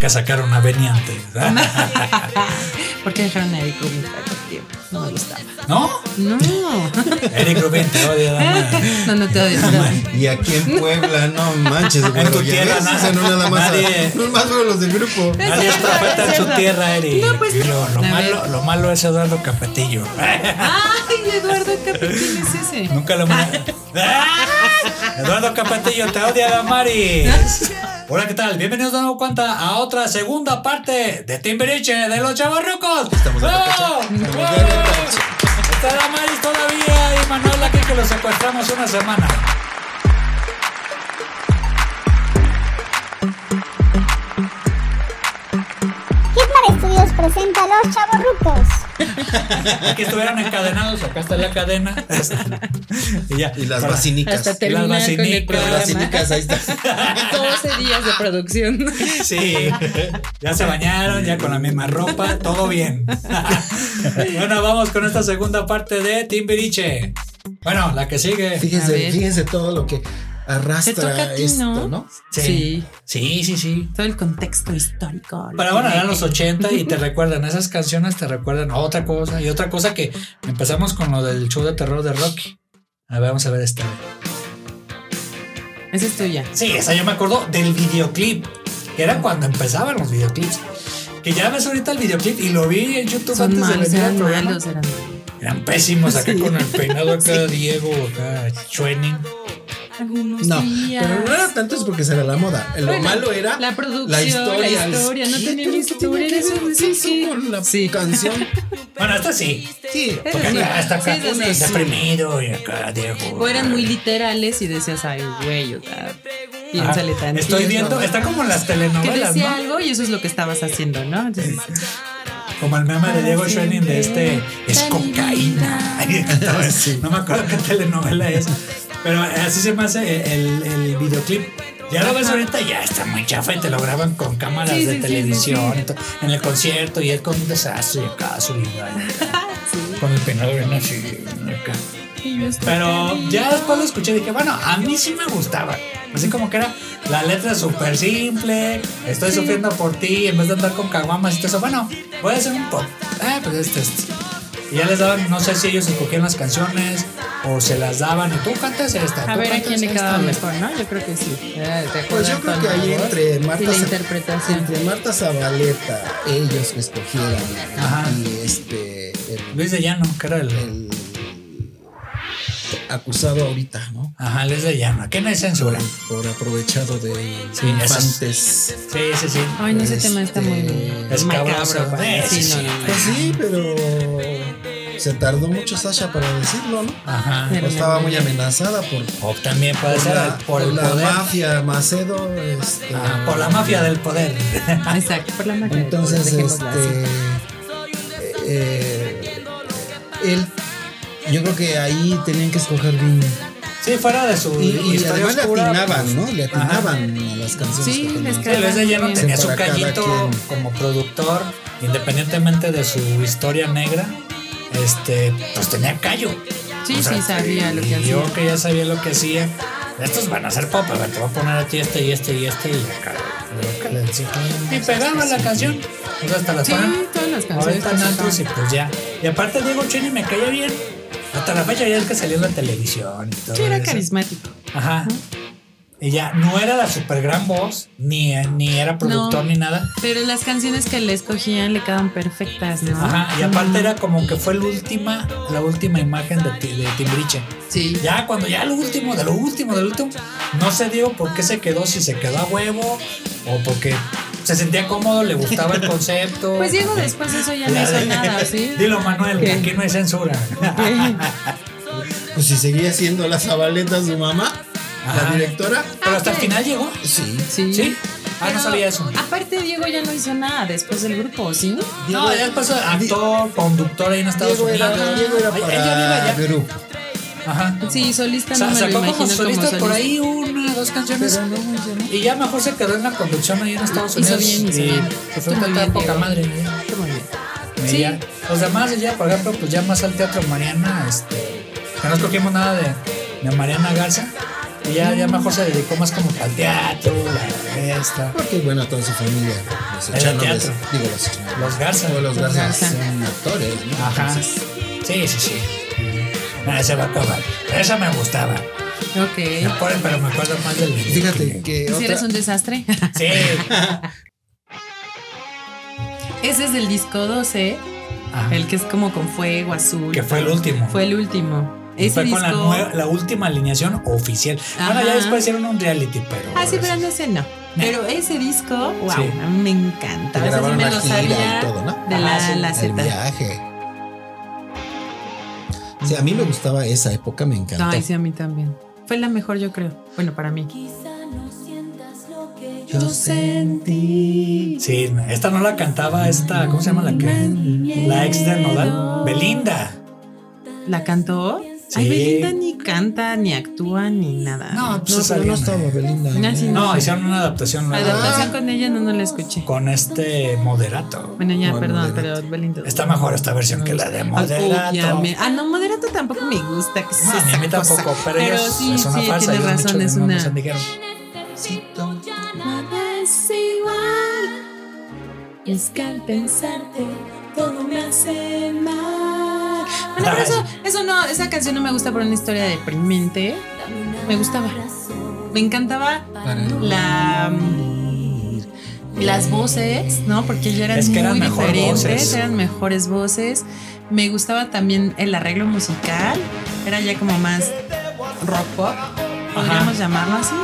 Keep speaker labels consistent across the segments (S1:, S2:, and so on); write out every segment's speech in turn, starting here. S1: qué sacaron a Benny antes? ah?
S2: ¿Por qué dejaron a Eric Rubin para el tiempo? No me gustaba.
S1: ¿No?
S2: No.
S1: Eric Rubin te odia, dama.
S2: No, no te odio. no.
S3: Y aquí en Puebla, no manches, güey.
S1: En tu
S3: ya
S1: tierra,
S3: ves,
S1: nada.
S3: o sea, no nada más.
S1: Nadie.
S3: No más fueron los del grupo.
S1: Nadie es profeta en su tierra, Eric.
S2: No, pues
S1: Y
S2: no.
S1: lo, lo
S2: A
S1: malo,
S2: ver.
S1: lo malo es Eduardo Capetillo.
S2: Ay, Eduardo Capetín es ese.
S1: Nunca lo mané.
S2: Ah.
S1: Eduardo Capetillo te odia, Damaris. Hola, ¿qué tal? Bienvenidos de nuevo cuenta a otra segunda parte de Timbiriche de los Chavarrucos. Estamos
S3: de
S1: Está Damaris todavía y Manuel aquí que lo secuestramos una semana.
S4: Hitman Studios presenta Los Chavos
S1: Aquí estuvieron encadenados, acá está la cadena. y ya.
S3: Y las
S1: Para-
S3: vacinicas.
S2: Hasta terminar
S1: las
S2: con el
S1: vacinicas,
S3: Las
S2: programa.
S3: vacinicas, ahí está.
S2: 12 días de producción.
S1: Sí, ya se bañaron, ya con la misma ropa, todo bien. bueno, vamos con esta segunda parte de Timbiriche. Bueno, la que sigue.
S2: A
S3: Fíjense,
S2: ver.
S3: fíjense todo lo que
S2: Te toca a
S3: arrastra
S2: ti,
S3: esto,
S2: ¿no?
S3: ¿no?
S2: Sí.
S1: sí, sí, sí.
S2: Todo el contexto histórico.
S1: Pero bueno, eran los 80 y te recuerdan, esas canciones te recuerdan a otra cosa y otra cosa que empezamos con lo del show de terror de Rocky. A ver, vamos a ver esta.
S2: Esa es tuya.
S1: Sí, esa yo me acuerdo del videoclip, que era cuando empezaban los videoclips. Que ya ves ahorita el videoclip y lo vi en YouTube
S2: Son
S1: antes de
S2: malos,
S1: venir al
S2: eran
S1: programa.
S2: malos, eran
S1: Eran pésimos acá con el peinado acá Diego, acá Chuenin.
S2: Algunos
S3: No,
S2: días.
S3: pero no era tanto es porque será la moda.
S2: Pues
S3: Lo
S2: Bueno,
S3: malo era
S2: la producción, la historia, no
S3: ¿Qué
S2: tenían
S3: tiene que
S2: historia,
S3: tener
S2: eso
S3: que
S2: no
S3: ver
S2: sé
S3: eso
S2: qué.
S3: con la
S2: Sí.
S3: canción.
S1: Bueno, esta sí.
S3: Sí,
S2: Pero
S1: Porque
S2: sí,
S1: acá está acá
S2: sí, eso sí.
S1: deprimido y acá Diego.
S2: O eran muy literales y decías, ay, güey, o sea,
S1: Ajá.
S2: piénsale tantito.
S1: Ah, Estoy viendo, está como en las
S2: que
S1: telenovelas,
S2: decía
S1: ¿no?
S2: algo y eso es lo que estabas haciendo, ¿no? Entonces,
S1: Como el meme de Diego Schwenning de este es cocaína. Ay, estaba- No me acuerdo qué telenovela es. Pero así se me hace el, el videoclip. Ya lo ves ahorita, ya está muy chafa y te lo graban con cámaras
S2: Sí,
S1: de
S2: sí, sí,
S1: televisión
S2: sí.
S1: y todo. en el concierto y él con un desastre y acá subiendo ahí, con el peinado bien así acá.
S2: y yo estoy
S1: Pero
S2: feliz.
S1: ya después lo escuché y dije, bueno, a mí sí me gustaba. Así como que era la letra súper simple, estoy sufriendo por ti, en vez de andar con caguamas y todo eso, bueno, voy a hacer un pop. Ah, pues este, este. Y ya les daban, no sé si ellos escogían las canciones o se las daban, y tú cantas esta.
S2: A
S1: tú
S2: ver a
S1: cantas
S2: quién le
S1: esta.
S2: quedaba mejor, ¿no? Yo creo que sí.
S1: Eh,
S2: Era de acuerdo
S3: Pues yo
S2: al
S3: creo
S2: tono
S3: que
S2: de
S3: ahí
S2: voz
S3: entre
S2: Y
S3: Marta,
S2: la
S3: Sa-
S2: interpretación.
S3: entre Marta Zabaleta, ellos que escogieran
S1: Ajá.
S3: y este el,
S1: Luis de Llano, que era el.
S3: el acusado ahorita, ¿no?
S1: Ajá, Luis de Llano. ¿A qué no hay
S3: Por,
S1: censura?
S3: por aprovechado de
S1: Sí,
S3: infantes.
S1: Sí, sí, sí.
S2: Ay, no, ese
S3: Este,
S2: tema está muy
S1: es cabroso.
S2: macabro. para-
S1: Sí,
S2: Sí,
S1: sí,
S2: no, no,
S3: Pues
S2: no.
S3: sí, pero se tardó mucho Sasha para decirlo, ¿no?
S1: Ajá.
S2: Pero-
S3: Estaba muy amenazada por,
S1: O también puede
S3: por
S1: ser
S3: la,
S1: por el
S3: por la
S1: poder.
S3: mafia Macedo. Este,
S1: Ajá, por la mafia del poder.
S2: Exacto, por la magia.
S3: Entonces, este.
S2: dejémosla así.
S3: eh, él. Yo creo que ahí tenían que escoger bien.
S1: Sí, fuera de su
S3: Y, y
S1: historia
S3: además le
S1: oscura, pues.
S3: atinaban, ¿no? Le
S1: Ajá.
S3: atinaban a las canciones.
S2: Sí,
S3: que tenían.
S2: les
S1: Sí, Luis de Llano tenía su
S3: Para cada
S1: callito
S3: quien.
S1: como productor, independientemente de su historia negra, este, pues tenía callo.
S2: Sí, sí, sabía lo que
S1: y
S2: hacía.
S1: Yo que ya sabía lo que hacía. Estos van a ser pop, a ver, te voy a poner a ti este y este y este y acá. lo que le decía. Y pegaba la canción. Pues hasta la
S2: Sí,
S1: pagan.
S2: todas las canciones.
S1: Ahorita
S2: que
S1: en antros y
S2: sacaban.
S1: pues ya. Y aparte Diego Chini me caía bien. Hasta la fecha ya es que salió en la televisión y todo.
S2: Sí, era
S1: eso.
S2: carismático.
S1: Ajá. Ella no era la super gran voz, ni, ni era productor
S2: No.
S1: ni nada.
S2: Pero las canciones que le escogían le quedaban perfectas, ¿no?
S1: Ajá. Y aparte era como que fue la última, la última imagen de, Ti- de Timbiriche.
S2: Sí.
S1: Ya cuando ya lo último, de lo último, del último, no se dio por qué se quedó, si se quedó a huevo o porque se sentía cómodo, le gustaba el concepto.
S2: Pues Diego después eso ya no hizo nada, ¿sí?
S1: Dilo Manuel,
S2: ¿Qué? Ah,
S1: aquí no hay censura.
S3: Pues si seguía siendo la Zabaleta su mamá,
S1: Ajá.
S3: la directora.
S1: Pero hasta el final llegó.
S3: Sí.
S2: Sí.
S1: ¿Sí? Ah, no
S2: Pero
S1: sabía eso.
S2: Aparte Diego ya no hizo nada después del grupo, ¿sí?
S1: No, ya pasó actor, conductor ahí en Estados
S3: Diego
S1: Unidos.
S3: era, Diego era
S1: Ay,
S3: para
S1: ella vive allá.
S3: grupo.
S1: Ajá.
S2: Sí, solista
S1: O sea,
S2: no me lo
S1: sacó como
S2: imagino como
S1: solista por
S2: solista.
S1: ahí una, dos canciones.
S3: Pero no, ya no.
S1: Y ya mejor se quedó en la conducción ahí en Estados
S2: Hizo
S1: Unidos.
S2: bien, hizo
S1: y
S2: bien.
S1: se fue
S2: Estuvo
S1: tanta
S2: bien,
S1: poca
S2: Diego.
S1: madre. ¿eh?
S2: Qué bonito.
S1: Y
S2: Sí.
S1: ya. Los demás ya, por ejemplo, pues ya más al Teatro Mariana, este. Que no escogimos nada de, de Mariana Garza. Y ya, ya mejor se dedicó más como al teatro, la esta.
S3: Porque bueno, toda su familia, los
S1: En el
S3: Echanoles,
S1: teatro.
S3: digo los Echanoles,
S1: Los Garza.
S3: todos los Garza
S2: Garza.
S3: son actores, ¿no?
S1: Ajá.
S3: Entonces,
S1: Sí, sí, sí. Ah, esa va a acabar. Esa me gustaba. Me
S2: Ok.
S1: acuerdo, pero me acuerdo más del video.
S3: fíjate que
S2: Si Pues eres
S3: otra,
S2: un desastre.
S1: Sí.
S2: Ese es del disco 12,
S1: Ajá.
S2: el que es como con fuego azul.
S1: Que fue el último.
S2: Fue el último. Ese
S1: fue
S2: disco.
S1: con la, nue- la última alineación oficial. Bueno, ya
S2: Ajá.
S1: después hicieron un reality, pero.
S2: Ah, sí, pero no ese no. Pero ese disco, wow,
S1: Sí.
S2: a mí me encanta.
S3: Que
S2: O sea, sí
S3: grabaron
S2: me
S3: la
S2: lo
S3: gira y
S2: sabía
S3: todo, ¿no?
S2: de la,
S1: Ah, sí.
S2: la
S3: el
S2: Z.
S3: viaje. Sí, a mí me gustaba esa época, me encantó.
S2: Ay, sí, a mí también. Fue la mejor, yo creo. Bueno, para mí.
S5: Quizá no sientas lo que yo
S3: Yo sentí.
S1: Sí, esta no la cantaba esta. ¿Cómo se llama la que? La ex de Nodal. Belinda.
S2: ¿La cantó?
S1: Sí.
S2: Ay, Belinda ni canta, ni actúa, ni nada.
S1: No,
S3: No,
S1: pues
S3: pero no
S1: no,
S3: estaba Belinda.
S2: No, sí,
S1: no, hicieron una adaptación nueva
S2: Adaptación con ella no, no la escuché.
S1: con este moderato.
S2: Bueno, ya,
S3: Bueno,
S2: perdón,
S3: moderato.
S2: pero Belinda.
S1: Está mejor esta versión que la de
S2: Ah, oh, ya
S1: moderato.
S2: me- ah, no, moderato tampoco me gusta. que es
S1: No, ni a
S2: esa
S1: mí
S2: cosa?
S1: tampoco, pero, ellos
S2: sí,
S1: es una
S2: sí,
S1: farsa.
S2: tiene
S1: ellos han
S2: razón,
S1: dicho,
S2: es
S1: no,
S2: una.
S1: nos han dijeron,
S5: necesito ya nada es igual. Y es que al pensarte todo me hace mal.
S2: Bueno, pero
S1: Ay.
S2: eso, eso no, esa canción no me gusta por una historia deprimente. Me gustaba. Me encantaba la mm, las voces, ¿no? Porque ya eran
S1: Es que eran
S2: muy
S1: mejor
S2: diferentes,
S1: voces.
S2: eran mejores voces. Me gustaba también el arreglo musical, era ya como más rock pop, podríamos llamarlo así.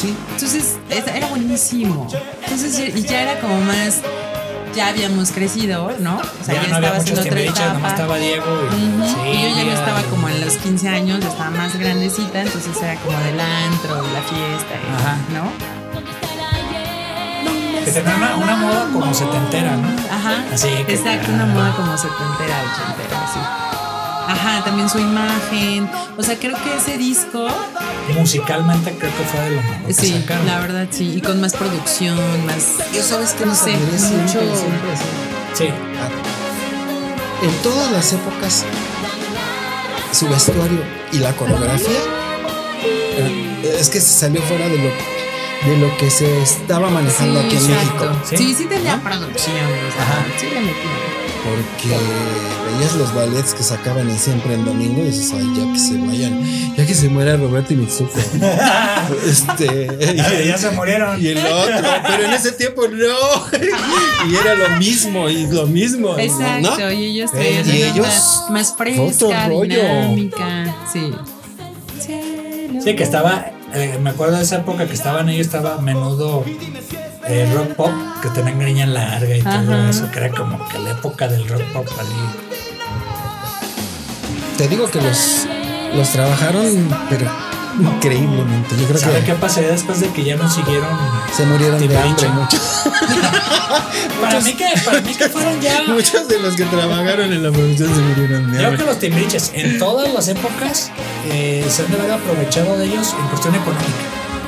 S3: Sí,
S2: Entonces es- era buenísimo. Entonces ya- y ya era como más, ya habíamos crecido, ¿no? O
S1: ya no había muchos
S2: otra
S1: timbiriches, nomás
S2: etapa.
S1: estaba Diego. Y,
S2: Ujú.
S1: sí,
S2: y yo ya no
S1: ya.
S2: estaba como en los 15 años, ya estaba más grandecita, entonces era como del antro, la fiesta, y-
S1: Ajá.
S2: ¿no?
S1: Que tenía una, una moda como setentera, ¿no?
S2: Ajá.
S1: Así que-
S2: Exacto, una moda como setentera, ochentera, así. Ajá, también su imagen. O sea, creo que ese disco,
S1: Musicalmente creo que fue de lo mejor que
S2: sí,
S1: sacaron.
S2: la verdad sí, y con más producción, más.
S3: yo sabes que
S2: No
S3: los
S2: sé,
S3: admiré siempre,
S2: mucho-
S3: siempre, así.
S1: Sí,
S3: Ah, En todas las épocas, su vestuario y la coreografía era- es que se salió fuera de lo, de lo que se estaba manejando aquí en
S2: exacto.
S3: México.
S1: ¿sí?
S2: Sí, sí, tenía producción. o sea,
S1: Ajá.
S2: Sí, le metía.
S3: Porque veías los ballets que sacaban en siempre en domingo y dices, ay, ya que se vayan, ya que se muera Roberto y Mitsuko. este.
S1: ya, ya se murieron.
S3: Y el otro, pero en ese tiempo no. y era lo mismo, y lo mismo.
S2: Exacto,
S3: Oh, ¿no?
S2: y ellos
S3: Eh,
S2: traían
S3: y
S2: una onda
S3: ellos,
S2: más fresca,
S3: otro rollo.
S2: dinámica. Sí.
S1: Sí, que estaba, eh, me acuerdo de esa época que estaban ellos, estaba a menudo eh, rock pop, que tenían greña larga y todo
S2: Ajá.
S1: eso, que era como que la época del rock pop así.
S3: Te digo que los, los trabajaron, pero increíblemente. Yo creo
S1: ¿Sabe
S3: que
S1: qué pasaría después de que ya no siguieron?
S3: se murieron de
S1: Timbiriche?
S3: hambre muchos.
S1: Para mí que, para mí que fueron ya.
S3: Muchos de los que trabajaron en la producción se murieron de
S1: Creo que
S3: hambre.
S1: los timbriches en todas las épocas eh, se han de haber aprovechado de ellos en cuestión económica.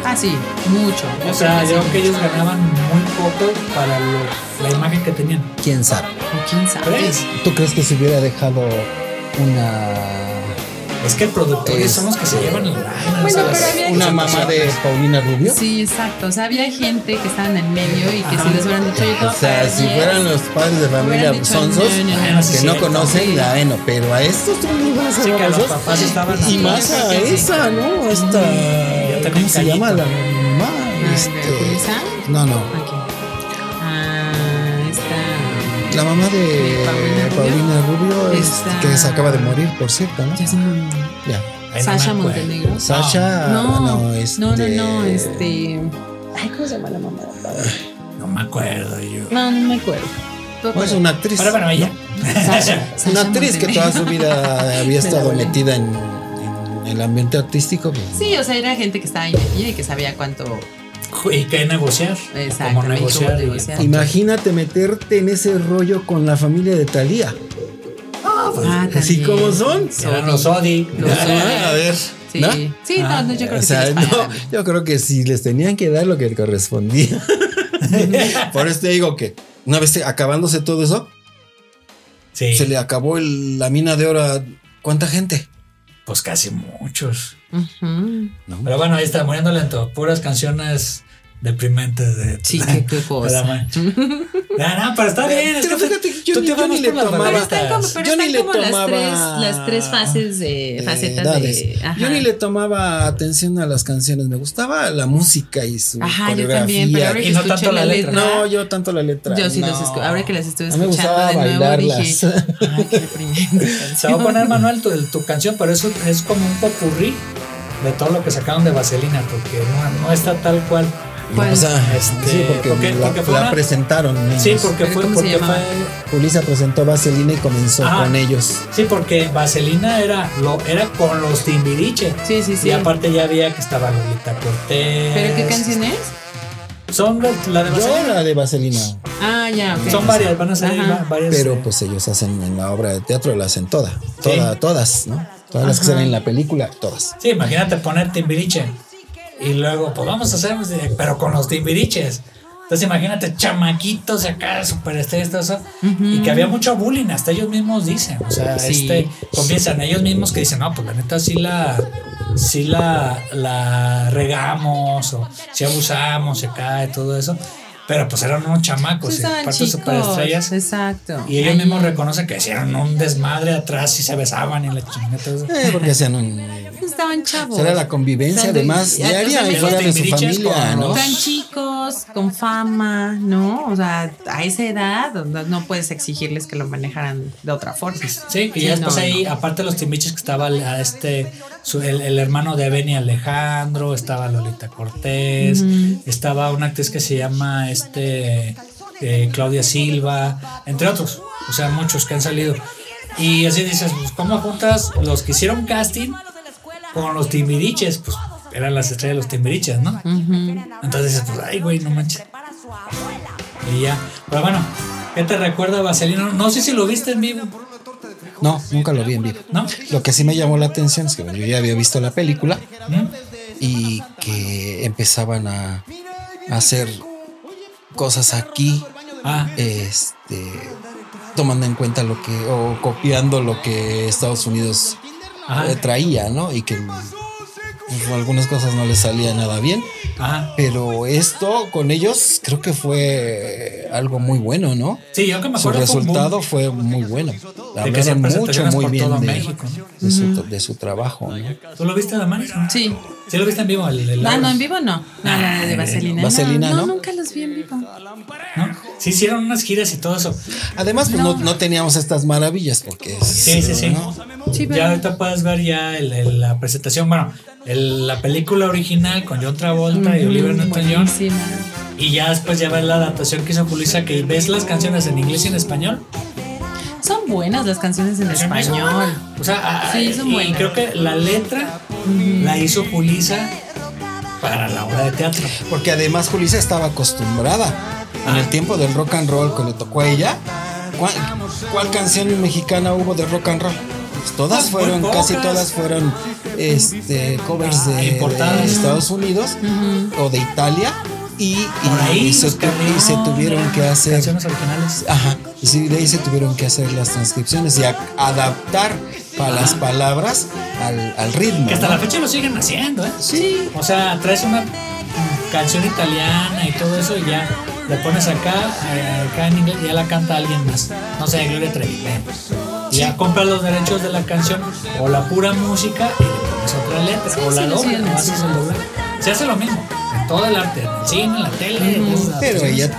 S2: Ah, sí, mucho.
S1: O sea, yo
S2: creo
S1: creo que ellos ganaban muy poco para lo- la imagen que tenían.
S3: ¿Quién sabe?
S2: O quién sabe.
S1: ¿Crees?
S3: ¿Tú crees que se hubiera dejado una
S1: Es que productores son los que se llevan la lana. o sea,
S2: pero
S1: las-
S2: había-
S3: una mamá de Paulina Rubio?
S2: Sí, exacto. O sea, había gente que estaba en el medio y que
S1: Ajá.
S2: si les hubieran dicho, yo te
S3: O
S2: voy a
S3: sea,
S2: pagar
S3: si
S2: 10.
S3: fueran los padres de
S2: Hubieran
S3: familia
S2: dicho,
S3: sonsos
S2: no, no, no.
S1: Ah, no, sí,
S3: que no
S1: cierto.
S3: conocen, bueno, pero a estos tú no vas a
S1: Sí, que
S3: dar
S1: los
S3: esos.
S1: papás estaban
S3: Y
S1: atrás.
S3: más a
S2: Yo creo que sí.
S3: esa, ¿no? Esta.
S1: Ya
S3: ¿Cómo
S1: también
S3: se llama la
S1: Callito.
S3: mamá?
S2: Ah,
S3: Este,
S2: ¿la Julisa?
S3: No, no.
S2: Aquí. Ah, está.
S3: La mamá de
S2: ¿De Paulina Rubio?
S3: Paulina Rubio, es-
S2: Esta-
S3: que se acaba de morir, por cierto, ¿no?
S2: Ya se me-
S3: Ya.
S1: Ay, no
S2: Sasha
S1: me acuerdo.
S2: Montenegro.
S3: Sasha.
S2: No, no,
S3: este-
S2: no, no, este. Ay, ¿cómo se llama la mamá? de Pablo?
S1: No me acuerdo yo.
S2: No, no me acuerdo. ¿Tú
S3: No, es
S2: acuerdas?
S3: una actriz.
S1: Pero bueno, ella.
S2: Pues, Sasha- Sasha
S3: Una actriz que
S2: Montenegro.
S3: toda su vida había
S2: Me la
S3: estado
S2: volé.
S3: metida en, en el ambiente artístico. pues,
S2: Sí, o sea, era gente que estaba ahí metida y que sabía cuánto.
S1: Y que negociar.
S2: Exactamente,
S1: Cómo negociar.
S2: cómo
S1: y-
S2: negociar.
S3: Imagínate meterte en ese rollo con la familia de Talía.
S2: Ah,
S3: Así
S2: también.
S3: como son.
S1: pues, Eran los Odi.
S2: Los Odi.
S3: A ver.
S2: Sí,
S3: ¿no?
S2: sí, no,
S1: Ah,
S2: no, yo creo
S3: O
S2: que
S3: sea,
S2: sí. les
S3: no,
S2: pagaban.
S3: yo creo que si les tenían que dar lo que correspondía. Por eso te digo que una vez acabándose todo eso,
S1: Sí.
S3: se le acabó el- la mina de oro a cuánta gente.
S1: Pues casi muchos.
S2: Ujú.
S6: ¿no?
S1: Pero bueno, ahí está, muriendo lento. Puras canciones deprimentes de.
S2: Sí, qué- qué cosa.
S1: de la ma- Ah, No, no, pero está bien. es
S3: Pero
S1: que
S3: fíjate que yo
S1: tú
S3: ni-
S1: te
S3: yo
S1: vas
S3: ni le
S1: por las
S3: tomaba.
S2: Pero
S1: baladas.
S2: están como, pero
S3: Yo ni
S2: están
S3: le
S2: como las
S3: tomaba-
S2: tres, las tres fases de
S3: Eh,
S2: facetas de.
S3: edades.
S2: ajá.
S3: Yo ni le tomaba atención a las canciones, me gustaba la música y su
S2: Ajá, yo
S3: coreografía.
S2: también, pero ahora
S1: y
S2: que
S1: no
S2: escuché
S1: tanto
S2: la
S1: la
S2: letra.
S1: letra.
S3: No, yo tanto la letra.
S2: Yo sí
S3: no.
S2: los escu- ahora que las estuve
S3: A mí me
S2: escuchando
S3: gustaba
S2: de nuevo dije,
S3: bailarlas.
S2: ay, qué deprimente
S1: Se va a
S2: canción.
S1: poner Manuel tu, tu canción, pero eso es como un popurrí de todo lo que sacaron de Vaselina, porque no, no está tal cual.
S2: ¿Cuál?
S3: O sea,
S1: Este,
S3: sí, porque,
S1: porque-
S3: la,
S1: porque fue
S3: la
S1: una-
S3: presentaron. ellos.
S1: Sí, porque
S2: ¿Pero
S1: fue,
S2: cómo se
S1: porque
S2: llamaba?
S1: fue
S3: Julissa presentó Vaselina y comenzó
S1: Ajá.
S3: con ellos.
S1: Sí, porque Vaselina era, lo, era con los Timbiriche.
S2: Sí, sí, sí.
S1: Y aparte ya había que estaba Lolita Cortés.
S2: ¿Pero qué canción es?
S1: Son las- la de
S3: Yo
S1: Vaselina.
S3: la de Vaselina.
S2: Ah, ya, ok.
S1: Son varias, van a salir
S2: Ajá.
S1: va- varias.
S3: Pero
S1: eh,
S3: pues ellos hacen en la obra de teatro, la hacen toda. Toda, Todas, ¿no? Todas las que salen en la película, todas.
S1: Sí, imagínate poner Timbiriche. Y luego, pues vamos a hacer, pues, eh, pero con los Timbiriches. Entonces imagínate, chamaquitos acá, superestrellas, todo eso. Y que había mucho bullying, hasta ellos mismos dicen. O sea,
S2: Sí.
S1: este, comienzan ellos mismos que dicen, no, pues la neta sí la, sí la, la regamos, o sí abusamos acá y todo eso. Pero pues eran unos chamacos,
S2: Pues
S1: y
S2: estaban
S1: aparte
S2: chicos.
S1: superestrellas.
S2: Exacto.
S1: Y ellos
S2: Ahí.
S1: mismos reconocen que hicieron un desmadre atrás y se besaban y la chingada. todo eso.
S3: Eh, porque hacían un. eh,
S2: Estaban chavos.
S3: Será la convivencia,
S2: Tanto-
S3: además,
S2: y- y-
S3: diaria y
S2: los
S3: fuera de su
S1: timbiriches
S3: familia,
S1: con
S3: ¿no?
S1: los-
S2: Tan chicos, con fama, ¿no? O sea, a esa edad no, no puedes exigirles que lo manejaran de otra forma.
S1: Sí, que ya después
S2: no,
S1: ahí,
S2: no.
S1: aparte de los timbiches que estaba el- a este, su- el, el hermano de Benny Alejandro, estaba Lolita Cortés, estaba una actriz que se llama este eh, Claudia Silva, entre otros, o sea, muchos que han salido. Y así dices, pues, ¿cómo juntas los que hicieron casting con los timbiriches? Pues eran las estrellas de los timbiriches, ¿no? Entonces dices, pues, ay, güey, no manches. Y ya, pero bueno, ¿qué te recuerda Vaselina? No sé si lo viste en vivo,
S3: No, nunca lo vi en vivo.
S1: ¿no?
S3: Lo que sí me llamó la atención es que bueno, yo ya había visto la película
S1: ¿Mm?
S3: y que empezaban a, a hacer cosas aquí,
S1: Ah,
S3: este, tomando en cuenta lo que, o copiando lo que Estados Unidos
S1: Ajá.
S3: eh, traía, ¿no? Y que mm, algunas cosas no les salía nada bien.
S1: ajá.
S3: Pero esto con ellos creo que fue algo muy bueno, ¿no?
S1: Sí, yo que me
S3: Su
S1: acuerdo. fue un boom.
S3: resultado fue muy bueno.
S1: que hacían
S3: Hablaron mucho,
S1: presentaciones
S3: muy
S1: por
S3: bien
S1: todo
S3: de,
S1: México.
S3: de su, de su trabajo. ¿no?
S1: ¿Tú lo viste, Damaris?
S2: Sí.
S1: ¿Sí lo viste en vivo? El, el-
S2: Ah, no, en vivo no. No, la de Vaselina. no.
S3: Ah, Vaselina, ¿no?
S2: nunca los vi en vivo.
S1: ¿no? Sí, hicieron unas giras y todo eso.
S3: Además, pues no. no teníamos estas maravillas porque...
S1: Sí, sí, sí.
S3: ¿no?
S2: Sí, pero-
S1: Ya ahorita puedes ver ya el- el- la presentación. Bueno, el- la película original con John Travolta y Oliver Newton-John.
S2: Buenísima.
S1: Y ya después ya ves la adaptación que hizo Julissa, que ves las canciones en inglés y en español.
S2: Son buenas las canciones en español.
S1: O sea, ah,
S2: Sí, son
S1: y
S2: buenas.
S1: creo que la letra la hizo Julissa para la obra de teatro.
S3: Porque además Julissa estaba acostumbrada. En el tiempo del rock and roll que le tocó a ella, ¿cuál, cuál canción mexicana hubo de rock and roll? Pues todas
S1: Pues muy
S3: fueron, casi
S1: pocas.
S3: todas fueron este, covers de,
S1: Importadas.
S3: de Estados Unidos o de Italia y, y-
S1: Por ahí
S3: y se,
S1: los
S3: tu-
S1: cambiaron
S3: y se tuvieron que hacer...
S1: Canciones originales.
S3: Ajá, y sí, de ahí se tuvieron que hacer las transcripciones y a- adaptar para las palabras al, al ritmo.
S1: Que hasta
S3: ¿no?
S1: la fecha lo siguen haciendo, ¿eh?
S3: Sí,
S1: O sea, traes una canción italiana y todo eso y ya la pones acá, eh, acá en inglés, ya la canta alguien más. No sé, Gloria Trevi. ven. Y Ya compras los derechos de la canción o la pura música y le pones otra letra. o
S2: sí,
S1: la
S2: lo
S1: doble,
S2: siguen
S1: o haces el doble. Se hace lo mismo en todo el arte, en el cine, en la tele. en todas las
S3: pero
S1: cosas.
S3: ella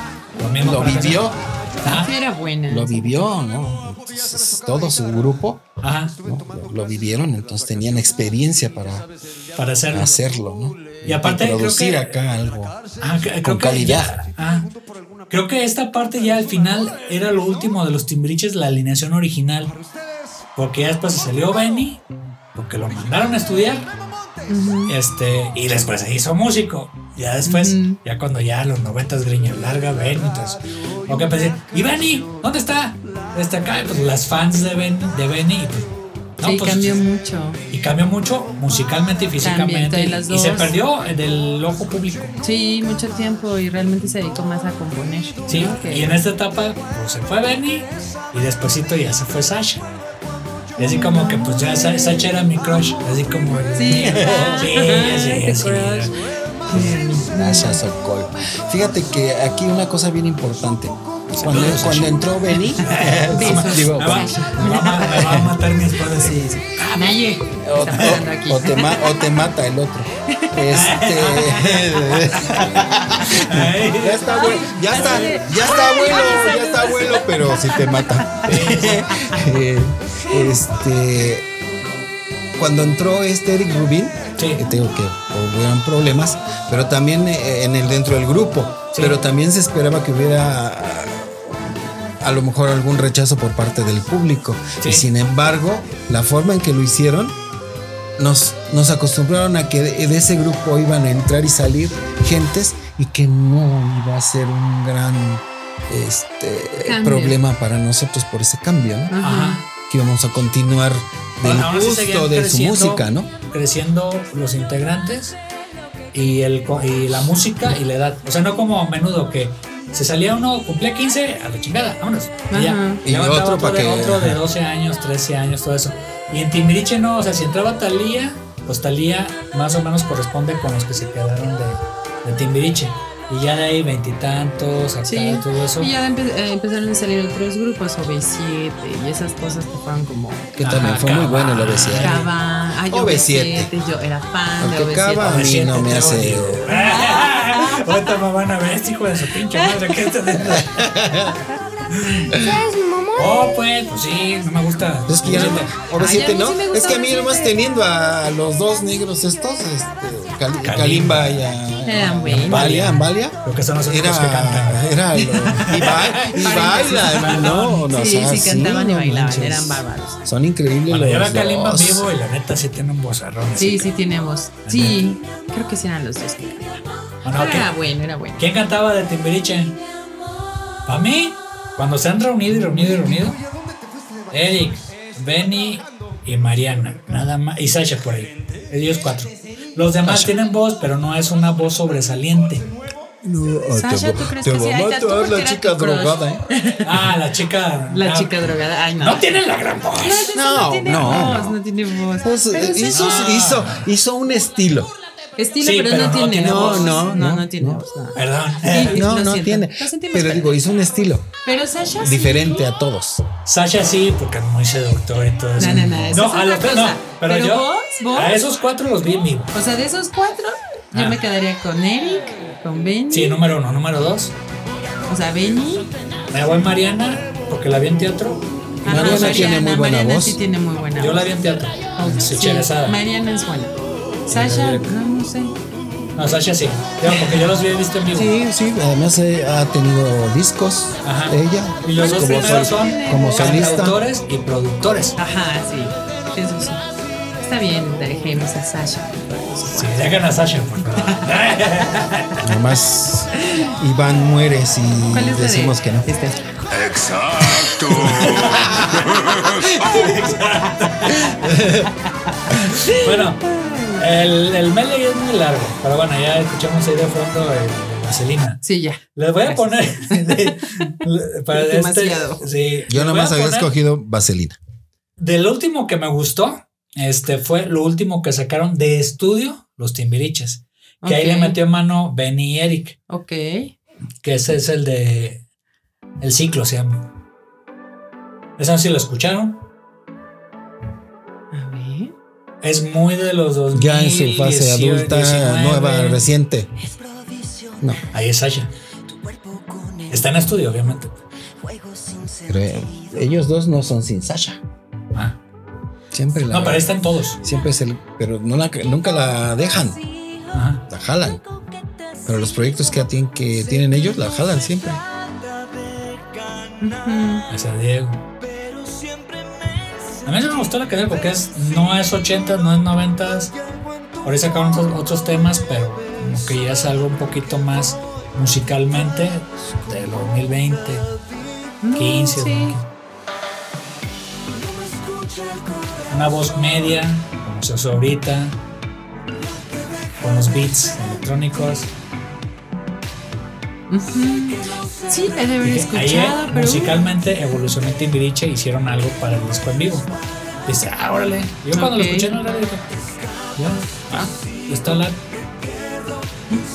S1: Lo mismo
S3: lo
S1: con la
S3: vivió.
S1: canción. Ah,
S2: Sí, era buena.
S3: lo vivió, ¿no? Entonces, todo su grupo
S1: Ajá,
S3: ¿no? lo, lo vivieron, entonces tenían experiencia para
S1: para hacerlo.
S3: hacerlo, ¿no?
S1: Y aparte, creo
S3: producir
S1: que-
S3: acá algo.
S1: Ah, cre- creo
S3: Con
S1: que
S3: calidad.
S1: ya- ah, creo que esta parte ya al final era lo último de los Timbiriches, la alineación original. Porque ya después se salió Benny, porque lo mandaron a estudiar. Este, y después se hizo músico. Ya después, ya cuando ya a los noventas griña larga, Benny. Entonces, o que pensé, ¿y Benny? ¿Dónde está? Está acá. y Pues las fans de, Ben, de Benny. y pues, no,
S2: sí,
S1: pues,
S2: cambió mucho.
S1: y cambió mucho musicalmente y físicamente.
S2: trae las
S1: y se
S2: dos.
S1: perdió del ojo público.
S2: Sí, mucho tiempo y realmente se dedicó más a componer.
S1: Sí,
S2: ¿no? Que-
S1: y en esta etapa pues, se fue Benny y despuesito ya se fue Sasha. Y así como que pues ya Sa- Sacha era mi crush. Así como.
S2: Sí, ajá.
S1: sí,
S2: Ese
S1: sí, así.
S2: crush.
S3: Sasha Sokol. Fíjate que aquí una cosa bien importante. Cuando, cuando entró Benny, digo,
S1: Me va, me va a ma- me va a matar mi esposa así.
S2: Naye.
S3: o,
S2: Está pasando aquí.
S3: o- o te ma- o te mata el otro. Este.
S1: Ay,
S3: Ya está abuelo, ya está, ya está abuelo, ya está abuelo, pero si te mata. Eh, este, cuando entró este Eric Rubin, eh,
S1: Sí.
S3: que tengo que hubieran problemas, pero también eh, en el dentro del grupo,
S1: Sí.
S3: pero también se esperaba que hubiera a lo mejor algún rechazo por parte del público.
S1: Sí.
S3: Y sin embargo, la forma en que lo hicieron nos, nos acostumbraron a que de, de ese grupo iban a entrar y salir gentes y que no iba a ser un gran este,
S2: Cambio.
S3: problema para nosotros por ese cambio, ¿no?
S1: Ajá.
S3: que íbamos a continuar del
S1: Ahora sí
S3: gusto
S1: seguían
S3: de su
S1: creciendo.
S3: música, ¿no?
S1: Creciendo los integrantes y, el, co- y la música y la edad. O sea, no como a menudo que se salía uno, cumplía 15, a la chingada, vámonos. Y,
S2: Ajá.
S1: ya.
S3: Y
S1: Levantaba
S3: otro
S1: otro,
S3: pa'
S1: de,
S3: que-
S1: otro de
S3: ajá.
S1: 12 años, 13 años, todo eso. Y en Timbiriche no, o sea, si entraba Talía, pues Talía más o menos corresponde con los que se quedaron de, de Timbiriche. Y ya de ahí veintitantos, acá,
S2: Sí.
S1: todo eso.
S2: Y ya empe- eh, empezaron a salir otros grupos, OV7 y esas cosas que fueron como.
S3: Que también
S2: Ah,
S1: Ajá,
S3: fue muy
S1: Cava.
S3: bueno lo decía.
S2: Cava, ay,
S3: OV7.
S2: OV7, Yo era fan de
S3: Porque
S2: OV7.
S3: Cava- A mí no me hace-
S1: Ahorita me van a ver, este hijo de su pinche madre. ¿qué está haciendo?
S4: ¿Sabes, mamá?
S1: Oh, pues, pues sí, no me gusta.
S3: Es que ya no, ahora
S2: Ay,
S3: siete,
S2: a mí
S3: ¿no?
S2: sí me gusta este
S3: es que a mí
S2: ahora
S3: nomás
S2: siete.
S3: teniendo a los dos negros estos, este, Cal- Kalimba y a
S2: Eran buenos.
S3: Ambalia, Ambalia.
S1: Lo que son los únicos que
S3: Era,
S1: cantan.
S3: era lo- y, ba- y bailan, no, no,
S2: Sí,
S3: o sea,
S2: sí, cantaban y
S3: no
S2: bailaban,
S3: manches.
S2: eran bárbaros.
S3: Son increíbles
S1: Bueno, yo
S3: los
S1: la Kalimba en
S3: dos.
S1: vivo eh, y la neta sí tiene un bozarrón.
S2: Sí,
S1: así.
S2: sí, tenemos. Sí, creo que sí eran los dos. que cantaban.
S1: Bueno,
S2: Pero
S1: ¿quién-
S2: Era Ah, bueno, era bueno.
S1: ¿Quién cantaba de Timbiriche? Para mí, cuando se han reunido y reunido y reunido, Eric, Benny y Mariana, nada más, y Sasha por ahí, ellos cuatro. Los demás tienen voz, pero no es una voz sobresaliente.
S3: No, ah,
S2: Sasha,
S3: te,
S2: ¿tú crees
S3: te
S2: que sí?
S3: va
S2: Ahí
S3: a
S2: está, tú
S3: matar
S2: porque
S3: la
S2: era
S3: chica
S2: tu crush.
S3: drogada, ¿eh?
S1: Ah, la chica.
S2: La
S1: ah,
S2: chica drogada. Ay, no.
S1: No tiene la gran voz.
S3: No,
S2: tiene
S3: no,
S2: voz,
S3: no.
S2: no. tiene voz.
S3: Pues,
S2: Pero
S3: eh,
S2: sí
S3: hizo,
S2: tiene-
S3: hizo, hizo un estilo.
S2: Estilo,
S1: Sí,
S2: pero,
S1: pero
S2: no,
S1: no
S2: tiene
S1: tiene
S2: voz.
S1: voz.
S3: No, no,
S2: no,
S3: no,
S2: tiene
S3: no.
S2: voz. no.
S1: Perdón. Eh,
S2: Sí.
S3: No,
S2: Lo
S3: no
S2: siento,
S3: tiene.
S2: lo sentimos,
S3: Pero
S2: pero-
S3: digo, hizo un estilo
S2: Pero Sasha sí.
S3: diferente a todos.
S1: Sasha sí, porque es muy seductor y todo eso.
S2: No, no, no, eso es
S1: a
S2: otra
S1: los tres
S2: cosa.
S1: no. Pero,
S2: Pero
S1: yo.
S2: vos, vos.
S1: A esos cuatro los vi en vivo.
S2: O sea, de esos cuatro, yo
S1: Ah.
S2: me quedaría con Eric, con Benny.
S1: Sí, número uno. Número dos.
S2: O sea, Benny.
S1: Me voy Mariana, porque la vi en teatro.
S2: Ajá,
S3: Mariana tiene muy buena
S2: Mariana
S3: voz.
S2: sí tiene muy buena
S1: Yo
S2: voz.
S1: la vi en teatro.
S2: Ok,
S1: Su
S2: sí,
S1: cherezada.
S2: Mariana es buena. Sasha, no, no sé.
S1: No, Sasha sí. Yo, porque yo los vi visto en vivo.
S3: Sí, sí. Además eh, ha tenido discos
S1: Ajá.
S3: ella. Pues,
S1: Y los dos
S3: como,
S1: primeros
S3: sol-
S1: son
S3: como solista.
S1: cantautores y productores.
S2: Ajá, sí. Eso sí. Está bien, dejemos a Sasha.
S1: Sí, dejan a Sasha, por favor.
S3: Nomás Iván muere si
S2: ¿Cuál es la de-
S3: Mm, decimos que no.
S2: Este.
S6: Exacto.
S1: Bueno, el, el medley es muy largo, pero bueno, ya escuchamos ahí de fondo eh, Vaselina.
S2: Sí, ya.
S1: Les voy a poner. para este-
S2: Demasiado.
S1: sí,
S3: Yo
S1: les
S3: nomás
S1: voy a
S3: había
S1: poner-
S3: escogido Vaselina.
S1: Del último que me gustó, este fue lo último que sacaron de estudio, los Timbiriches. Que ahí le
S2: Ok.
S1: metió mano Benny y Eric,
S2: Ok.
S1: que ese es el de. El ciclo se llama. Eso no sé si lo escucharon.
S2: A ver.
S1: Es muy de los dos.
S3: Ya en su fase adulta, nueva, reciente. No,
S1: Ahí es Sasha. Está en estudio, obviamente.
S3: creo- ellos dos no son sin Sasha.
S1: Ah.
S3: Siempre la.
S1: No, pero ahí están todos.
S3: Siempre es el. Pero no la- nunca la dejan.
S1: Ajá.
S3: la jalan. Pero los proyectos que tienen, que tienen ellos la jalan siempre.
S1: Hacia Diego. A mí sí me gustó la canción porque es, no es 80, no es 90. Ahora sacaron otros, otros temas, pero como que ya es algo un poquito más musicalmente de los 2020. 15.
S2: Sí.
S1: Una voz media, como se hace ahorita, con los beats electrónicos.
S2: Sí, la de haber
S1: Dije,
S2: escuchado,
S1: Ayer
S2: pero.
S1: musicalmente evolucionó Timbiriche hicieron algo para el disco en vivo. Dice, ah, órale. Yo cuando lo
S2: Ok.
S1: escuché en el radio dije, yo, ah, está la.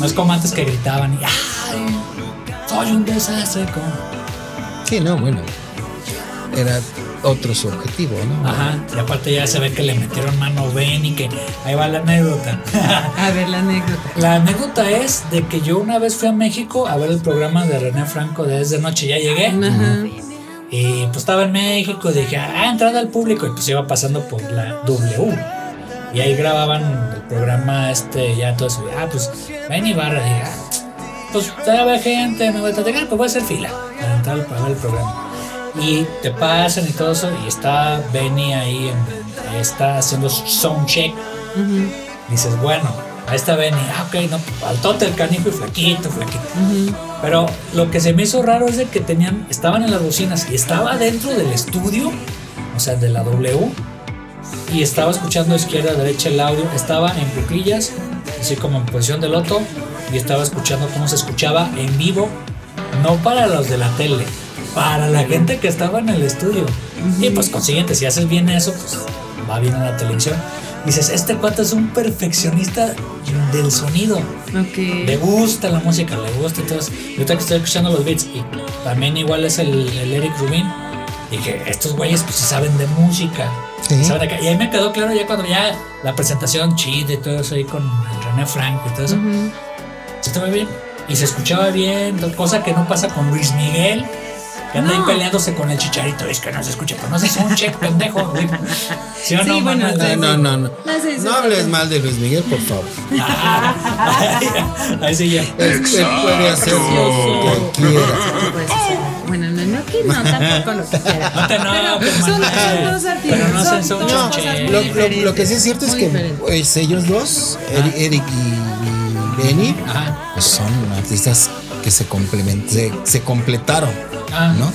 S1: No es como antes que gritaban y, ay, soy un desastre. Como...
S3: Sí, no, bueno. Era otro su objetivo, ¿no?
S1: Ajá, y aparte ya se ve que le metieron mano Ben y que ahí va la anécdota.
S2: A ver la anécdota.
S1: la anécdota es de que yo una vez fui a México a ver el programa de René Franco de Es de Noche, ya llegué.
S2: Ajá.
S1: Y pues estaba en México, dije, ah, entrada al público. Y pues iba pasando por la W. Y ahí grababan el programa, este, ya todo eso. Y, Ah, pues ven y barra. Dije, ah, pues todavía va gente, me voy a platicar, pues voy a hacer fila para entrar para ver el programa. Y te pasan y todo eso. Y está Benny ahí, en- ahí está haciendo su sound check. Dices, bueno, ahí está Benny. Ah, ok, no, faltóte el canijo y flaquito, flaquito. Pero lo que se me hizo raro es de que tenían, estaban en las bocinas y estaba dentro del estudio, o sea, de la W, y estaba escuchando izquierda, derecha el audio, estaba en cuclillas, así como en posición de loto, y estaba escuchando cómo se escuchaba en vivo, no para los de la tele, para la gente que estaba en el estudio. Y pues consiguiente, si haces bien eso, pues va bien a la televisión. Dices, este cuate es un perfeccionista del sonido le
S2: Ok.
S1: gusta la música, le gusta y todo eso. Y ahorita que estoy escuchando los beats, y también igual es el, el Eric Rubin, dije, estos güeyes pues sí saben de música.
S3: Sí.
S1: saben acá. Y ahí me quedó claro ya cuando ya la presentación chida y todo eso ahí con el René Franco y todo eso. Se estaba bien. Y se escuchaba bien, to- cosa que no pasa con Luis Miguel. Que anda ahí
S2: No.
S1: peleándose con el chicharito, es que no se escucha, pero no se un check, pendejo. güey. ¿Sí o
S2: Sí,
S1: no?
S2: bueno,
S1: Manuel?
S2: sí,
S3: No, no, no. No,
S2: No sé si-
S3: No hables mal de Luis Miguel, por favor.
S1: Ah, Ahí sí ya.
S3: Él, él puede hacer lo que quiera.
S2: Pues, bueno, no, no, que no, tampoco lo que quiera.
S1: No te enojes,
S2: Pero son
S1: Manuel.
S2: dos artistas,
S1: Pero no
S2: son
S1: hacen
S2: dos
S1: son
S2: cosas
S1: chinches.
S2: muy
S3: Lo, lo-
S2: diferentes,
S1: diferente.
S3: lo que sí es cierto es
S2: muy
S3: que
S2: diferentes.
S3: pues, ellos dos, Eri- Eric y Benny,
S1: Ajá.
S3: pues son artistas que se, complement- se, se completaron,
S1: Ah,
S3: ¿no?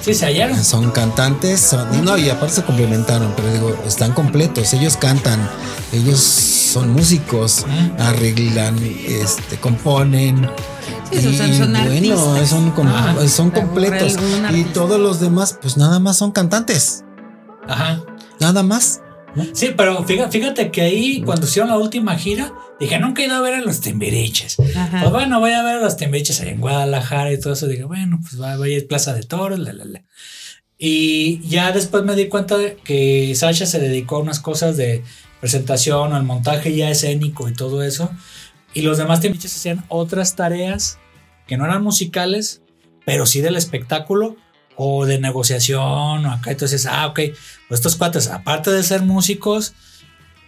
S1: Sí, se hallaron.
S3: Son cantantes, son- no, y aparte se complementaron, pero digo, están completos, ellos cantan, ellos son músicos, arreglan, este, componen.
S2: Sí, son- son- son artistas.
S3: son, como-
S1: Ah,
S3: son
S2: por
S3: completos.
S2: algún
S3: Y
S2: artista.
S3: todos los demás, pues nada más son cantantes.
S1: Ajá.
S3: Nada más.
S1: Sí, pero fíjate, fíjate que ahí cuando hicieron la última gira, dije, nunca he ido a ver a los Timbiriches.
S2: Ajá.
S1: Pues bueno, voy a ver a los Timbiriches ahí en Guadalajara y todo eso. Dije, bueno, pues va, voy a ir a Plaza de Toros, la, la, la. Y ya después me di cuenta de que Sasha se dedicó a unas cosas de presentación, al montaje ya escénico y todo eso. Y los demás Timbiriches hacían otras tareas que no eran musicales, pero sí del espectáculo o de negociación o acá. Entonces, ah, ok, pues estos cuates, aparte de ser músicos,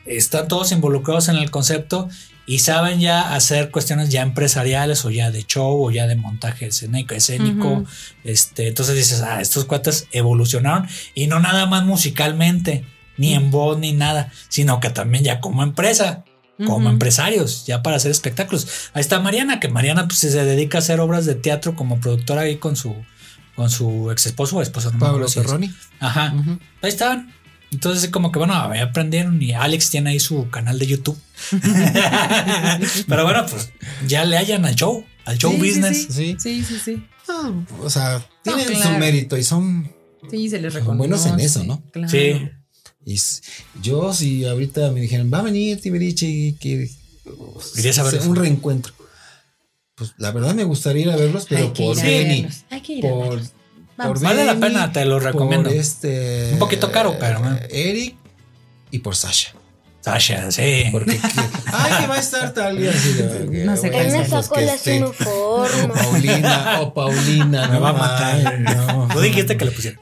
S1: están todos involucrados en el concepto y saben ya hacer cuestiones ya empresariales o ya de show o ya de montaje escénico. escénico.
S2: Ujú.
S1: este, entonces dices, ah, estos cuates evolucionaron y no nada más musicalmente, ni en voz ni nada, sino que también ya como empresa como
S2: Ujú.
S1: empresarios, ya para hacer espectáculos. Ahí está Mariana, que Mariana pues, se dedica a hacer obras de teatro como productora ahí con su con su ex esposo o
S2: Mm,
S1: esposo no me acuerdo si es. Ajá. Ahí estaban. Entonces como que bueno, ahí aprendieron y Alex tiene ahí su canal de YouTube. Pero bueno, pues ya le hallan al show, al show
S2: Sí, sí,
S1: business.
S3: Sí.
S2: Sí, sí, sí.
S3: Ah, o sea, tienen su
S2: claro.
S3: mérito y son.
S2: Sí, se les
S3: Son
S2: reconoce.
S3: buenos en eso, ¿no?
S2: Claro.
S1: Sí.
S3: y s- yo, si ahorita me dijeran, va a venir Tiberiche y que.
S1: Irías a verlos.
S3: Un reencuentro. Pues la verdad me gustaría ir a verlos, pero
S2: Hay que
S3: por
S2: ir a
S3: Benny.
S2: verlos, Hay que ir a
S3: Por,
S2: verlos.
S3: por
S2: Vamos.
S1: Vale la
S3: Benny,
S1: pena, te lo
S3: por
S1: recomiendo.
S3: este,
S1: Un poquito caro, pero, ¿no?
S3: Eric y por Sasha.
S1: Sasha, sí.
S3: Porque. que- Ay, que va a estar tal y así.
S2: No sé qué
S3: bueno, los
S4: Él no
S3: que
S4: sacó las
S3: estén.
S4: uniformes.
S3: Paulina, o Paulina.
S1: Me
S3: no
S1: va a matar.
S3: mames, no.
S1: Tú dijiste que le pusieron.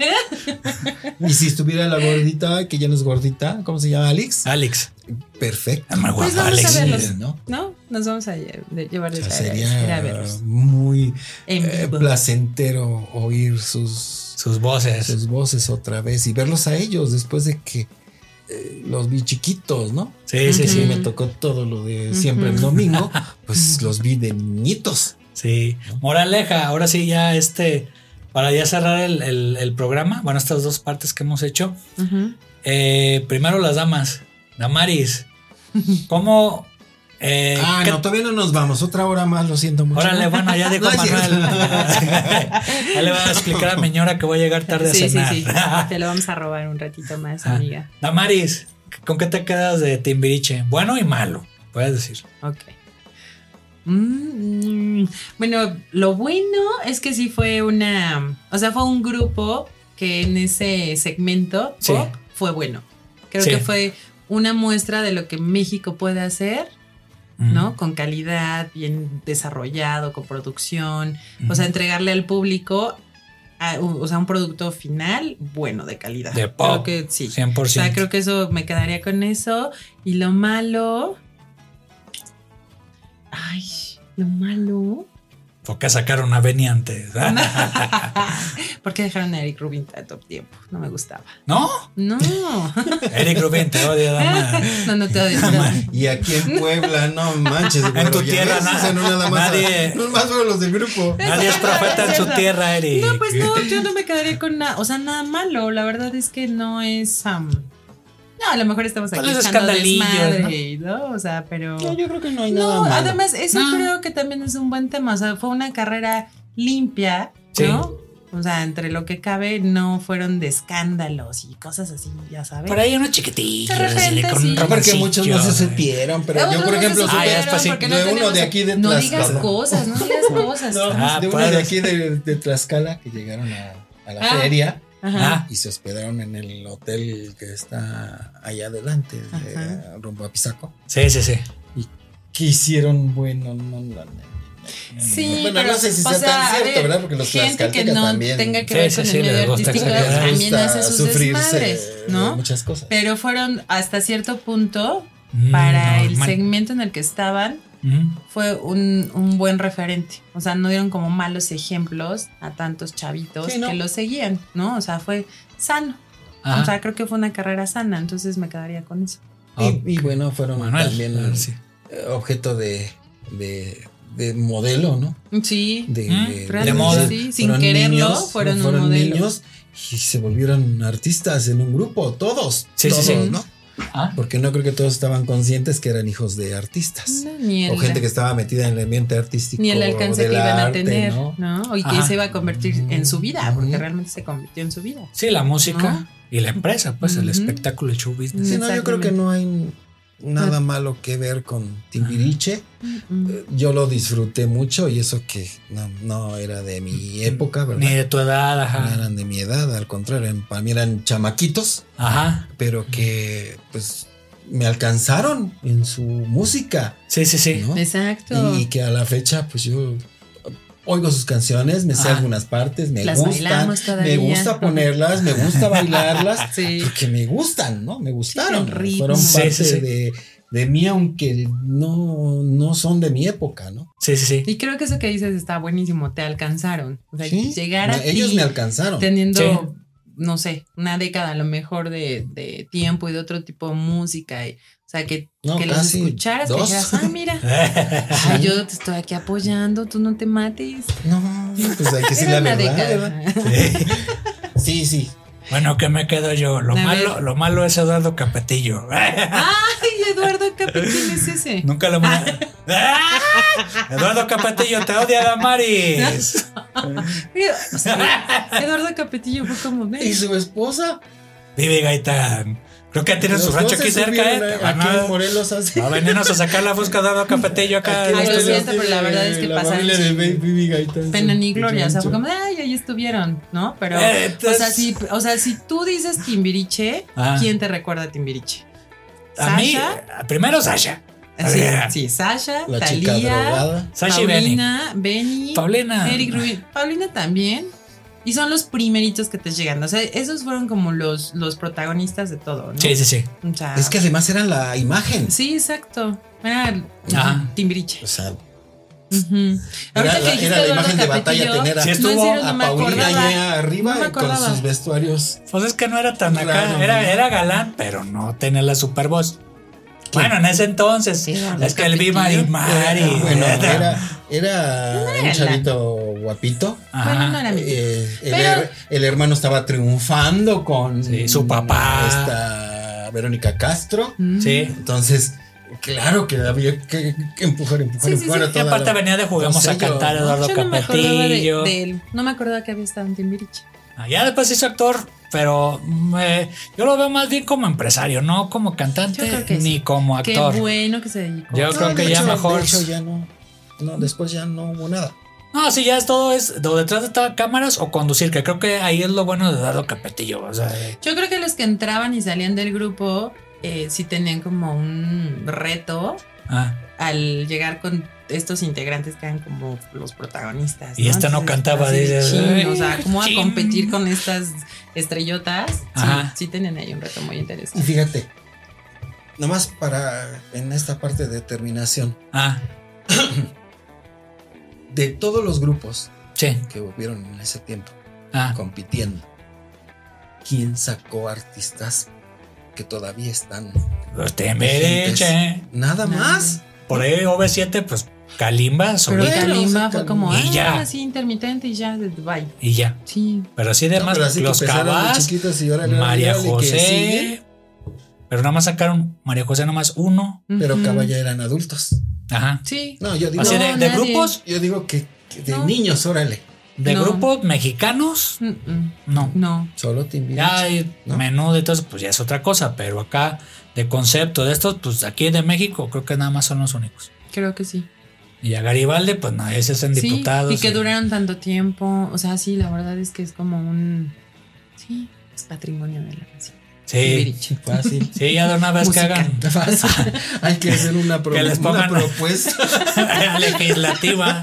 S3: Y si estuviera la gordita, que ya no es gordita, ¿cómo se llama? Alex.
S1: Alex.
S3: Perfecto.
S1: Ah, muy guapo,
S2: Pues vamos
S1: Alex.
S2: a verlos.
S3: ¿no?
S2: ¿No? Nos vamos a lle- de- llevar
S3: O
S2: de
S3: sea,
S2: tarea, ir a
S3: sería
S2: verlos.
S3: muy
S2: En
S3: eh,
S2: vivo.
S3: placentero oír sus,
S1: Sus voces.
S3: sus voces otra vez y verlos a ellos después de que eh, los vi chiquitos, ¿no?
S1: Sí, sí,
S3: Que sí
S1: sí.
S3: me tocó todo lo de siempre el domingo, pues los vi de niñitos.
S1: Sí, moraleja, ahora sí ya este, para ya cerrar el, el- el programa, bueno, estas dos partes que hemos hecho,
S2: Ujú.
S1: eh, primero las damas, Damaris, ¿cómo Eh,
S3: Ah,
S1: ¿qué-
S3: no, todavía no nos vamos. Otra hora más, lo siento mucho.
S1: Órale, bueno, ya dijo
S3: No es
S1: Manuel.
S3: cierto.
S1: ya le voy a explicar a mi señora que voy a llegar tarde a
S2: Sí, sí,
S1: cenar.
S2: sí. Te lo vamos a robar un ratito más,
S3: Ah.
S2: amiga.
S1: Damaris, ¿con qué te quedas de Timbiriche? Bueno y malo, puedes decir.
S2: Ok. Mm, mm. bueno, lo bueno es que sí fue una. O sea, fue un grupo que en ese segmento
S1: Sí.
S2: pop fue bueno. Creo
S1: Sí.
S2: que fue una muestra de lo que México puede hacer, ¿no? Con calidad, bien desarrollado, con producción. O sea, entregarle al público. a- o sea, un producto final bueno de calidad.
S1: De pop,
S2: Creo que sí.
S1: 100%.
S2: O sea, creo que eso me quedaría con eso. Y lo malo. Ay, lo malo.
S1: ¿Por qué sacaron a Benny antes? ah?
S2: ¿Por qué dejaron a Eric Rubin tanto tiempo? No me gustaba.
S1: ¿No?
S2: No.
S1: Eric Rubin, te odio, dama.
S2: no, no te odio. no.
S3: Y aquí en Puebla, no manches, güero,
S1: tu
S3: ya
S1: tierra,
S3: ves,
S1: na-
S3: o sea, no nada más.
S1: nadie-
S3: No más fueron los del grupo.
S1: Nadie es profeta en su tierra, Eric.
S2: No, pues no, yo no me quedaría con nada. O sea, nada malo. La verdad es que no es. am, no, a lo mejor estamos aquí
S1: Son los
S2: echando
S1: escandalillos,
S2: desmadre, ¿no? O sea, pero.
S3: creo que no hay
S2: No, además, eso creo que también es un buen tema. O sea, fue una carrera limpia,
S1: Sí.
S2: ¿no? O sea, entre lo que cabe, no fueron de escándalos y cosas así, ya sabes.
S1: Por ahí uno chiquitito.
S2: De repente, sí.
S3: Porque muchos no se supieron, pero yo,
S2: Otros
S3: por
S2: no se
S3: ejemplo,
S1: supieron,
S3: supe
S1: Ah, ya después sí.
S2: porque
S3: de uno
S2: tenemos-
S3: de aquí de
S2: No digas
S3: Tlaxcala.
S2: cosas, no digas cosas.
S1: Ah,
S3: de uno
S1: pues.
S3: de aquí de, de Tlaxcala que llegaron a, a la
S2: Ah.
S3: feria
S2: Ajá.
S1: Ah.
S3: y se hospedaron en el hotel que está allá adelante, de-
S2: Ajá.
S3: rumbo a Pisaco.
S1: Sí, sí, sí.
S3: Que hicieron bueno, no, no, no.
S2: Sí,
S3: Bueno,
S2: pero,
S3: no sé si
S2: o
S3: sea tan
S2: a
S3: cierto, ¿verdad? Porque los
S2: gente que
S3: tlaxcaltecas
S2: no
S3: también-
S2: tenga que
S1: Sí,
S2: ver
S1: sí,
S2: con
S1: sí,
S2: el
S1: les
S2: medio
S1: gusta
S2: artístico
S1: exagerar. Les
S2: también hace sus desmadres,
S3: eh,
S2: ¿no?
S3: Muchas cosas.
S2: Pero fueron hasta cierto punto
S1: Mm,
S2: para el
S1: normal.
S2: segmento en el que estaban,
S1: Mm.
S2: fue un, un buen referente. O sea, no dieron como malos ejemplos a tantos chavitos
S3: Sí, ¿no?
S2: que lo seguían, ¿no? O sea, fue sano.
S1: Ajá.
S2: O sea, creo que fue una carrera sana, entonces me quedaría con eso.
S3: y, y bueno, fueron
S1: Manuel.
S3: también
S1: a ver, sí.
S3: eh, objeto de, de, de modelo, ¿no?
S2: Sí.
S3: De,
S1: Mm, de moda.
S2: Ah, Sí, sin
S3: fueron
S2: quererlo, fueron un modelo.
S3: niños y se volvieron artistas en un grupo, todos.
S1: Sí, sí,
S3: todos,
S1: sí.
S3: ¿no?
S1: Ah,
S3: Porque no creo que todos estaban conscientes que eran hijos de artistas.
S2: No, ni el,
S3: O gente que estaba metida en el ambiente artístico.
S2: ni el alcance
S3: del
S2: que iban a
S3: arte,
S2: tener,
S3: ¿no?
S2: ¿no? O y que
S1: Ajá.
S2: se iba a convertir en su vida, porque
S3: Ujú.
S2: realmente se convirtió en su vida.
S1: sí, la música
S2: No.
S1: y la empresa, pues el
S2: Ah. Ujú.
S1: espectáculo, el show business.
S3: Sí, no, yo creo que
S2: Mm, Exactamente. Ah.
S3: no hay nada malo que ver con Timbiriche.
S2: Mm,
S3: Eh, Yo lo disfruté mucho y eso que no, no era de
S2: Mm,
S3: mi época,
S1: Ni
S3: ¿verdad?
S1: de tu edad,
S3: No
S1: ajá.
S3: eran de mi edad, al contrario, eran- para mí eran chamaquitos,
S1: Ajá.
S3: pero que pues me alcanzaron en su música,
S1: Sí, sí, sí.
S3: ¿no?
S2: Exacto.
S3: Y que a la fecha pues yo oigo sus canciones, me sé
S1: Ah.
S3: algunas partes, me
S2: Las
S3: gustan,
S2: bailamos todavía.
S3: me gusta ponerlas, me gusta bailarlas,
S2: Sí.
S3: porque me gustan, ¿no? Me gustaron.
S2: son ricos.
S3: Fueron
S1: Sí,
S3: parte
S1: sí, sí.
S3: De, de mí, aunque no, no son de mi época, ¿no?
S1: Sí, sí, sí.
S2: Y creo que eso que dices está buenísimo, te alcanzaron. O sea,
S3: Sí.
S2: llegar a
S3: Me- Ellos
S2: ti
S3: me alcanzaron.
S2: teniendo,
S1: Sí.
S2: no sé, una década a lo mejor de, de tiempo y de otro tipo de música. y- o sea, que,
S3: No,
S2: que los
S3: casi
S2: escucharas, que
S3: dos.
S2: dijeras, ah, mira, ay, yo te estoy aquí apoyando, tú no te mates.
S3: No, pues hay que decir la
S2: Era una
S3: verdad.
S2: década.
S3: ¿verdad? Sí, sí.
S1: Bueno, ¿qué me quedo yo? Lo
S2: A
S1: malo,
S2: ver.
S1: lo malo es Eduardo Capetillo.
S2: Ay, Eduardo Capel, ¿quién es ese?
S1: Nunca lo ma- ¡Ah! Eduardo Capetillo te odia Damaris.
S2: O sea, Eduardo Capetillo fue como
S3: Y
S2: "Ven".
S3: su esposa.
S1: Vive Gaitán. Creo que tiene su
S3: Los
S1: rancho
S3: dos
S1: aquí
S3: se
S1: cerca, ¿eh?
S3: subieron
S1: Te van
S3: Aquí en
S1: a,
S3: Morelos hace.
S1: va a venirnos a sacar la fusca de Eduardo Capetillo acá.
S3: aquí en
S2: Ah, Ay, lo
S3: Morelos
S2: siento, pero la verdad es que
S3: la
S2: pasaron
S3: familia de Baby Gaitán.
S2: pena ni
S3: su
S2: gloria. O sea, fue
S3: rancho.
S2: como, ay, ahí estuvieron, ¿no? Pero,
S1: Eh,
S2: o,
S1: entonces-
S2: sea, si, o sea, si tú dices Timbiriche,
S1: Ah.
S2: ¿quién te recuerda a Timbiriche?
S1: A mí,
S2: Sasha.
S1: primero Sasha.
S2: Sí,
S1: Ah.
S2: sí, Sasha,
S3: La chica
S2: Talía,
S3: drogada.
S1: Sasha y Benny.
S2: Paulina, Benny,
S1: Paulina.
S2: Eric Rubin, Paulina también. Y son los primeritos que te llegan. O sea, esos fueron como los, los protagonistas de todo, ¿no?
S1: Sí, sí, sí.
S2: O sea,
S3: Es que además era la imagen.
S2: Ah. Sí, exacto. Era
S1: Ajá.
S2: Timbiriche.
S3: O sea,
S2: Ujú.
S3: Pues, era
S2: Ahorita que
S3: la,
S2: dijiste
S3: era la
S2: Eduardo
S3: imagen de batalla
S2: Capetillo,
S3: tener a,
S1: Sí,
S2: no, en
S1: estuvo
S2: serio, no
S3: a
S2: me
S3: Paulina
S2: acordaba.
S3: allá arriba
S2: No me
S3: y con
S2: acordaba.
S3: sus vestuarios.
S1: Pues es que no era tan
S3: Claro,
S1: acá.
S3: no.
S1: Era, era galán, pero no tenía la super voz. Bueno, en ese entonces.
S2: Eduardo
S1: es que él viva y
S2: Capetillo.
S1: Mari.
S3: Era- bueno,
S1: Era-
S3: era, era
S2: No era
S3: un
S2: galán.
S3: chavito guapito.
S1: Ajá.
S2: Bueno, no era mi
S3: Eh, el,
S2: Pero-
S3: her- el hermano estaba triunfando con
S1: Sí, su papá.
S3: Esta Verónica Castro.
S2: Mm.
S1: Sí.
S3: Entonces, Claro que había que, que empujar, empujar,
S2: Sí, sí,
S3: empujar.
S2: sí.
S3: a
S2: Y
S1: Y
S3: toda
S1: aparte
S3: la-
S1: venía de Jugamos a
S3: Entonces, yo-
S1: Cantar Eduardo
S2: Yo no me acordaba de,
S1: Capetillo.
S2: de él. No me acordaba que había estado en Timbiriche.
S1: Ah, Ya después hizo actor, pero mm, eh, yo lo veo más bien como empresario, no como
S2: Yo
S1: cantante
S2: creo que
S1: ni
S2: sí.
S1: como actor.
S2: Qué bueno que se dedicó.
S1: Yo creo
S3: de
S1: que ya
S3: hecho,
S1: mejor.
S3: De hecho, ya no. No, después ya no hubo nada.
S1: No, sí, ya es todo es o detrás de ta- cámaras o conducir, que creo que ahí es lo bueno de Eduardo Capetillo. O sea, eh,
S2: Yo creo que los que entraban y salían del grupo eh, sí tenían como un reto
S1: ah,
S2: al llegar con estos integrantes que eran como los protagonistas.
S1: Y esta no cantaba,
S2: así de
S1: dices,
S2: chin,
S1: "Ay,
S2: O sea, ¿cómo a
S1: chin".
S2: competir con estas estrellotas? Sí,
S1: Ajá.
S2: sí tenían ahí un reto muy
S3: Y
S2: interesante.
S3: fíjate, nomás para en esta parte de terminación,
S1: ah,
S3: de todos los grupos
S1: sí,
S3: que hubieron en ese tiempo
S1: ah,
S3: compitiendo, ¿quién sacó artistas que todavía están?
S1: los Timbiriche.
S2: Nada.
S3: Nada más.
S1: pues, Por ahí OV7, pues Kalimba,
S2: Pero
S1: Solita
S3: bueno,
S2: Kalimba fue
S3: sacan-
S2: como,
S1: Y ya.
S2: ah, sí, intermitente y ya, bye.
S1: y ya.
S2: Sí.
S1: Pero así
S3: No,
S1: demás,
S3: pero así que
S1: los
S3: empezaron de
S1: Cabas,
S3: chiquitos y ahora le-
S1: María
S3: ahora le que sigue,
S1: José. Pero nada más sacaron María José, nada más uno.
S3: Pero
S2: Ujú.
S3: Cava ya eran adultos.
S1: Ajá.
S2: Sí.
S3: No, yo digo,
S1: Así de, de
S2: nadie.
S1: grupos,
S3: yo digo que, que de
S2: No.
S3: niños, órale.
S1: de
S2: No.
S1: grupos mexicanos,
S2: Mm, mm.
S1: no.
S2: No.
S3: Solo te
S1: Ya
S3: invitan.
S1: hay
S3: ¿no?
S1: menú de todos, pues ya es otra cosa, pero acá de concepto de estos, pues aquí de México creo que nada más son los únicos.
S2: Creo que sí.
S1: Y a Garibaldi, pues no, ese es en
S2: Sí,
S1: diputados.
S2: Y que duraron tanto tiempo. O sea, sí, la verdad es que es como un. Sí, es patrimonio de la nación.
S1: Sí,
S2: Timbiriche.
S3: Fácil.
S1: eh, sí, ya de una vez que
S2: Música.
S1: hagan
S3: Fácil. Hay que hacer una, pro-
S1: Que les
S3: una
S1: pongan-
S3: propuesta.
S1: legislativa.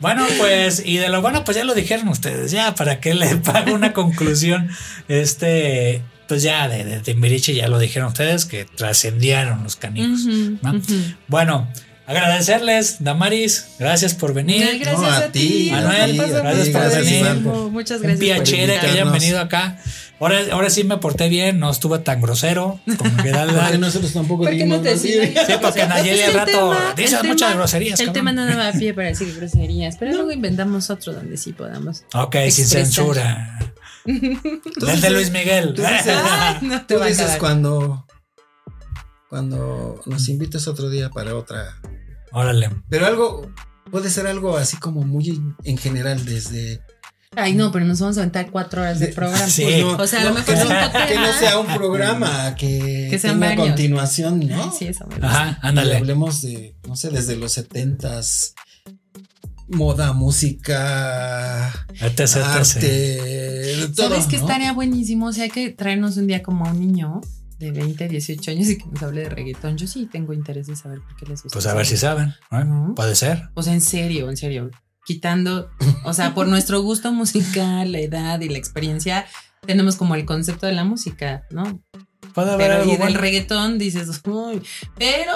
S1: bueno, pues, y de lo bueno, pues ya lo dijeron ustedes, ya, para que le pague una conclusión. Este, pues ya, de, de Timbiriche ya lo dijeron ustedes, que trascendieron los canijos.
S2: Ujú,
S1: ¿no?
S2: ujú.
S1: Bueno, agradecerles, Damaris, gracias por
S2: Ay,
S1: venir.
S2: gracias
S3: No, a
S2: a,
S3: ti,
S2: ti,
S1: a ti,
S2: por
S1: gracias por
S2: pasar
S1: venir.
S2: tiempo. Muchas
S1: Un
S2: gracias. por
S1: piachere que hayan
S3: invitarnos.
S1: venido acá. Ahora, ahora sí me porté bien, no estuve tan grosero. Como que da- da-
S3: Porque nosotros tampoco
S2: ¿Por qué
S3: dijimos
S2: no te
S3: así.
S2: deciden?
S1: Sí, porque Nayeli al
S2: el
S1: rato
S2: tema-
S1: dice
S2: el
S1: muchas
S2: tema-
S1: groserías.
S2: El
S1: cabrón.
S2: tema no daba pie para decir groserías, pero luego inventamos otro donde sí podamos.
S1: Ok, sin
S2: expresar.
S1: censura. Desde
S3: dices-
S1: Luis Miguel.
S3: tú dices-
S2: No Ah, te
S3: Tú
S2: va a
S3: dices
S2: acabar.
S3: cuando, cuando nos invites otro día para otra.
S1: Órale.
S3: Pero algo, puede ser algo así como muy en general desde...
S2: Ay, no, pero nos vamos a aventar cuatro horas de
S3: Sí.
S2: programa.
S1: Sí.
S2: O sea, a lo mejor
S3: que,
S2: cinco
S3: no, que no
S2: temas.
S3: sea un programa, que,
S2: Que sean
S3: tenga
S2: varios.
S3: continuación, ¿no?
S2: Ay, Sí, eso me gusta.
S1: Ajá,
S3: Y
S1: ándale.
S3: hablemos de, no sé, desde los setentas, moda, música,
S1: Etc, etc.
S3: arte, todo.
S2: ¿Sabes que
S3: ¿no?
S2: estaría buenísimo? O sea, hay que traernos un día como a un niño de 20, 18 años y que nos hable de reggaetón. Yo sí tengo interés de saber por qué les gusta.
S1: Pues a ver si
S2: ese
S1: saben. ¿eh?
S2: Ujú.
S1: Puede ser.
S2: O sea, en serio, en serio. Quitando, o sea, por nuestro gusto musical, la edad y la experiencia, tenemos como el concepto de la música, ¿no?
S1: Puede haber
S2: Pero
S1: algo
S2: y del
S1: bueno.
S2: reggaetón dices, uy, pero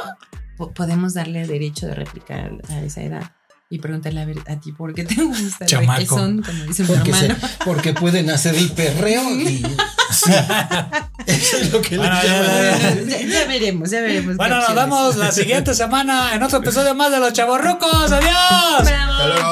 S2: po- podemos darle derecho de réplica a- a esa edad y preguntarle a ver a ti por qué te gusta el
S1: Chamaco.
S2: reggaetón, como dice mi
S3: Porque, se-
S2: hermano.
S3: porque pueden hacer el perreo y sí. Eso es lo que
S1: Bueno,
S3: les
S1: ya,
S3: llama la
S1: ya, ya.
S3: atención.
S2: ya, ya veremos, ya veremos.
S1: Bueno, nos vemos la siguiente semana en otro episodio más de Los Chavorrucos. ¡Adiós!
S2: Bravo.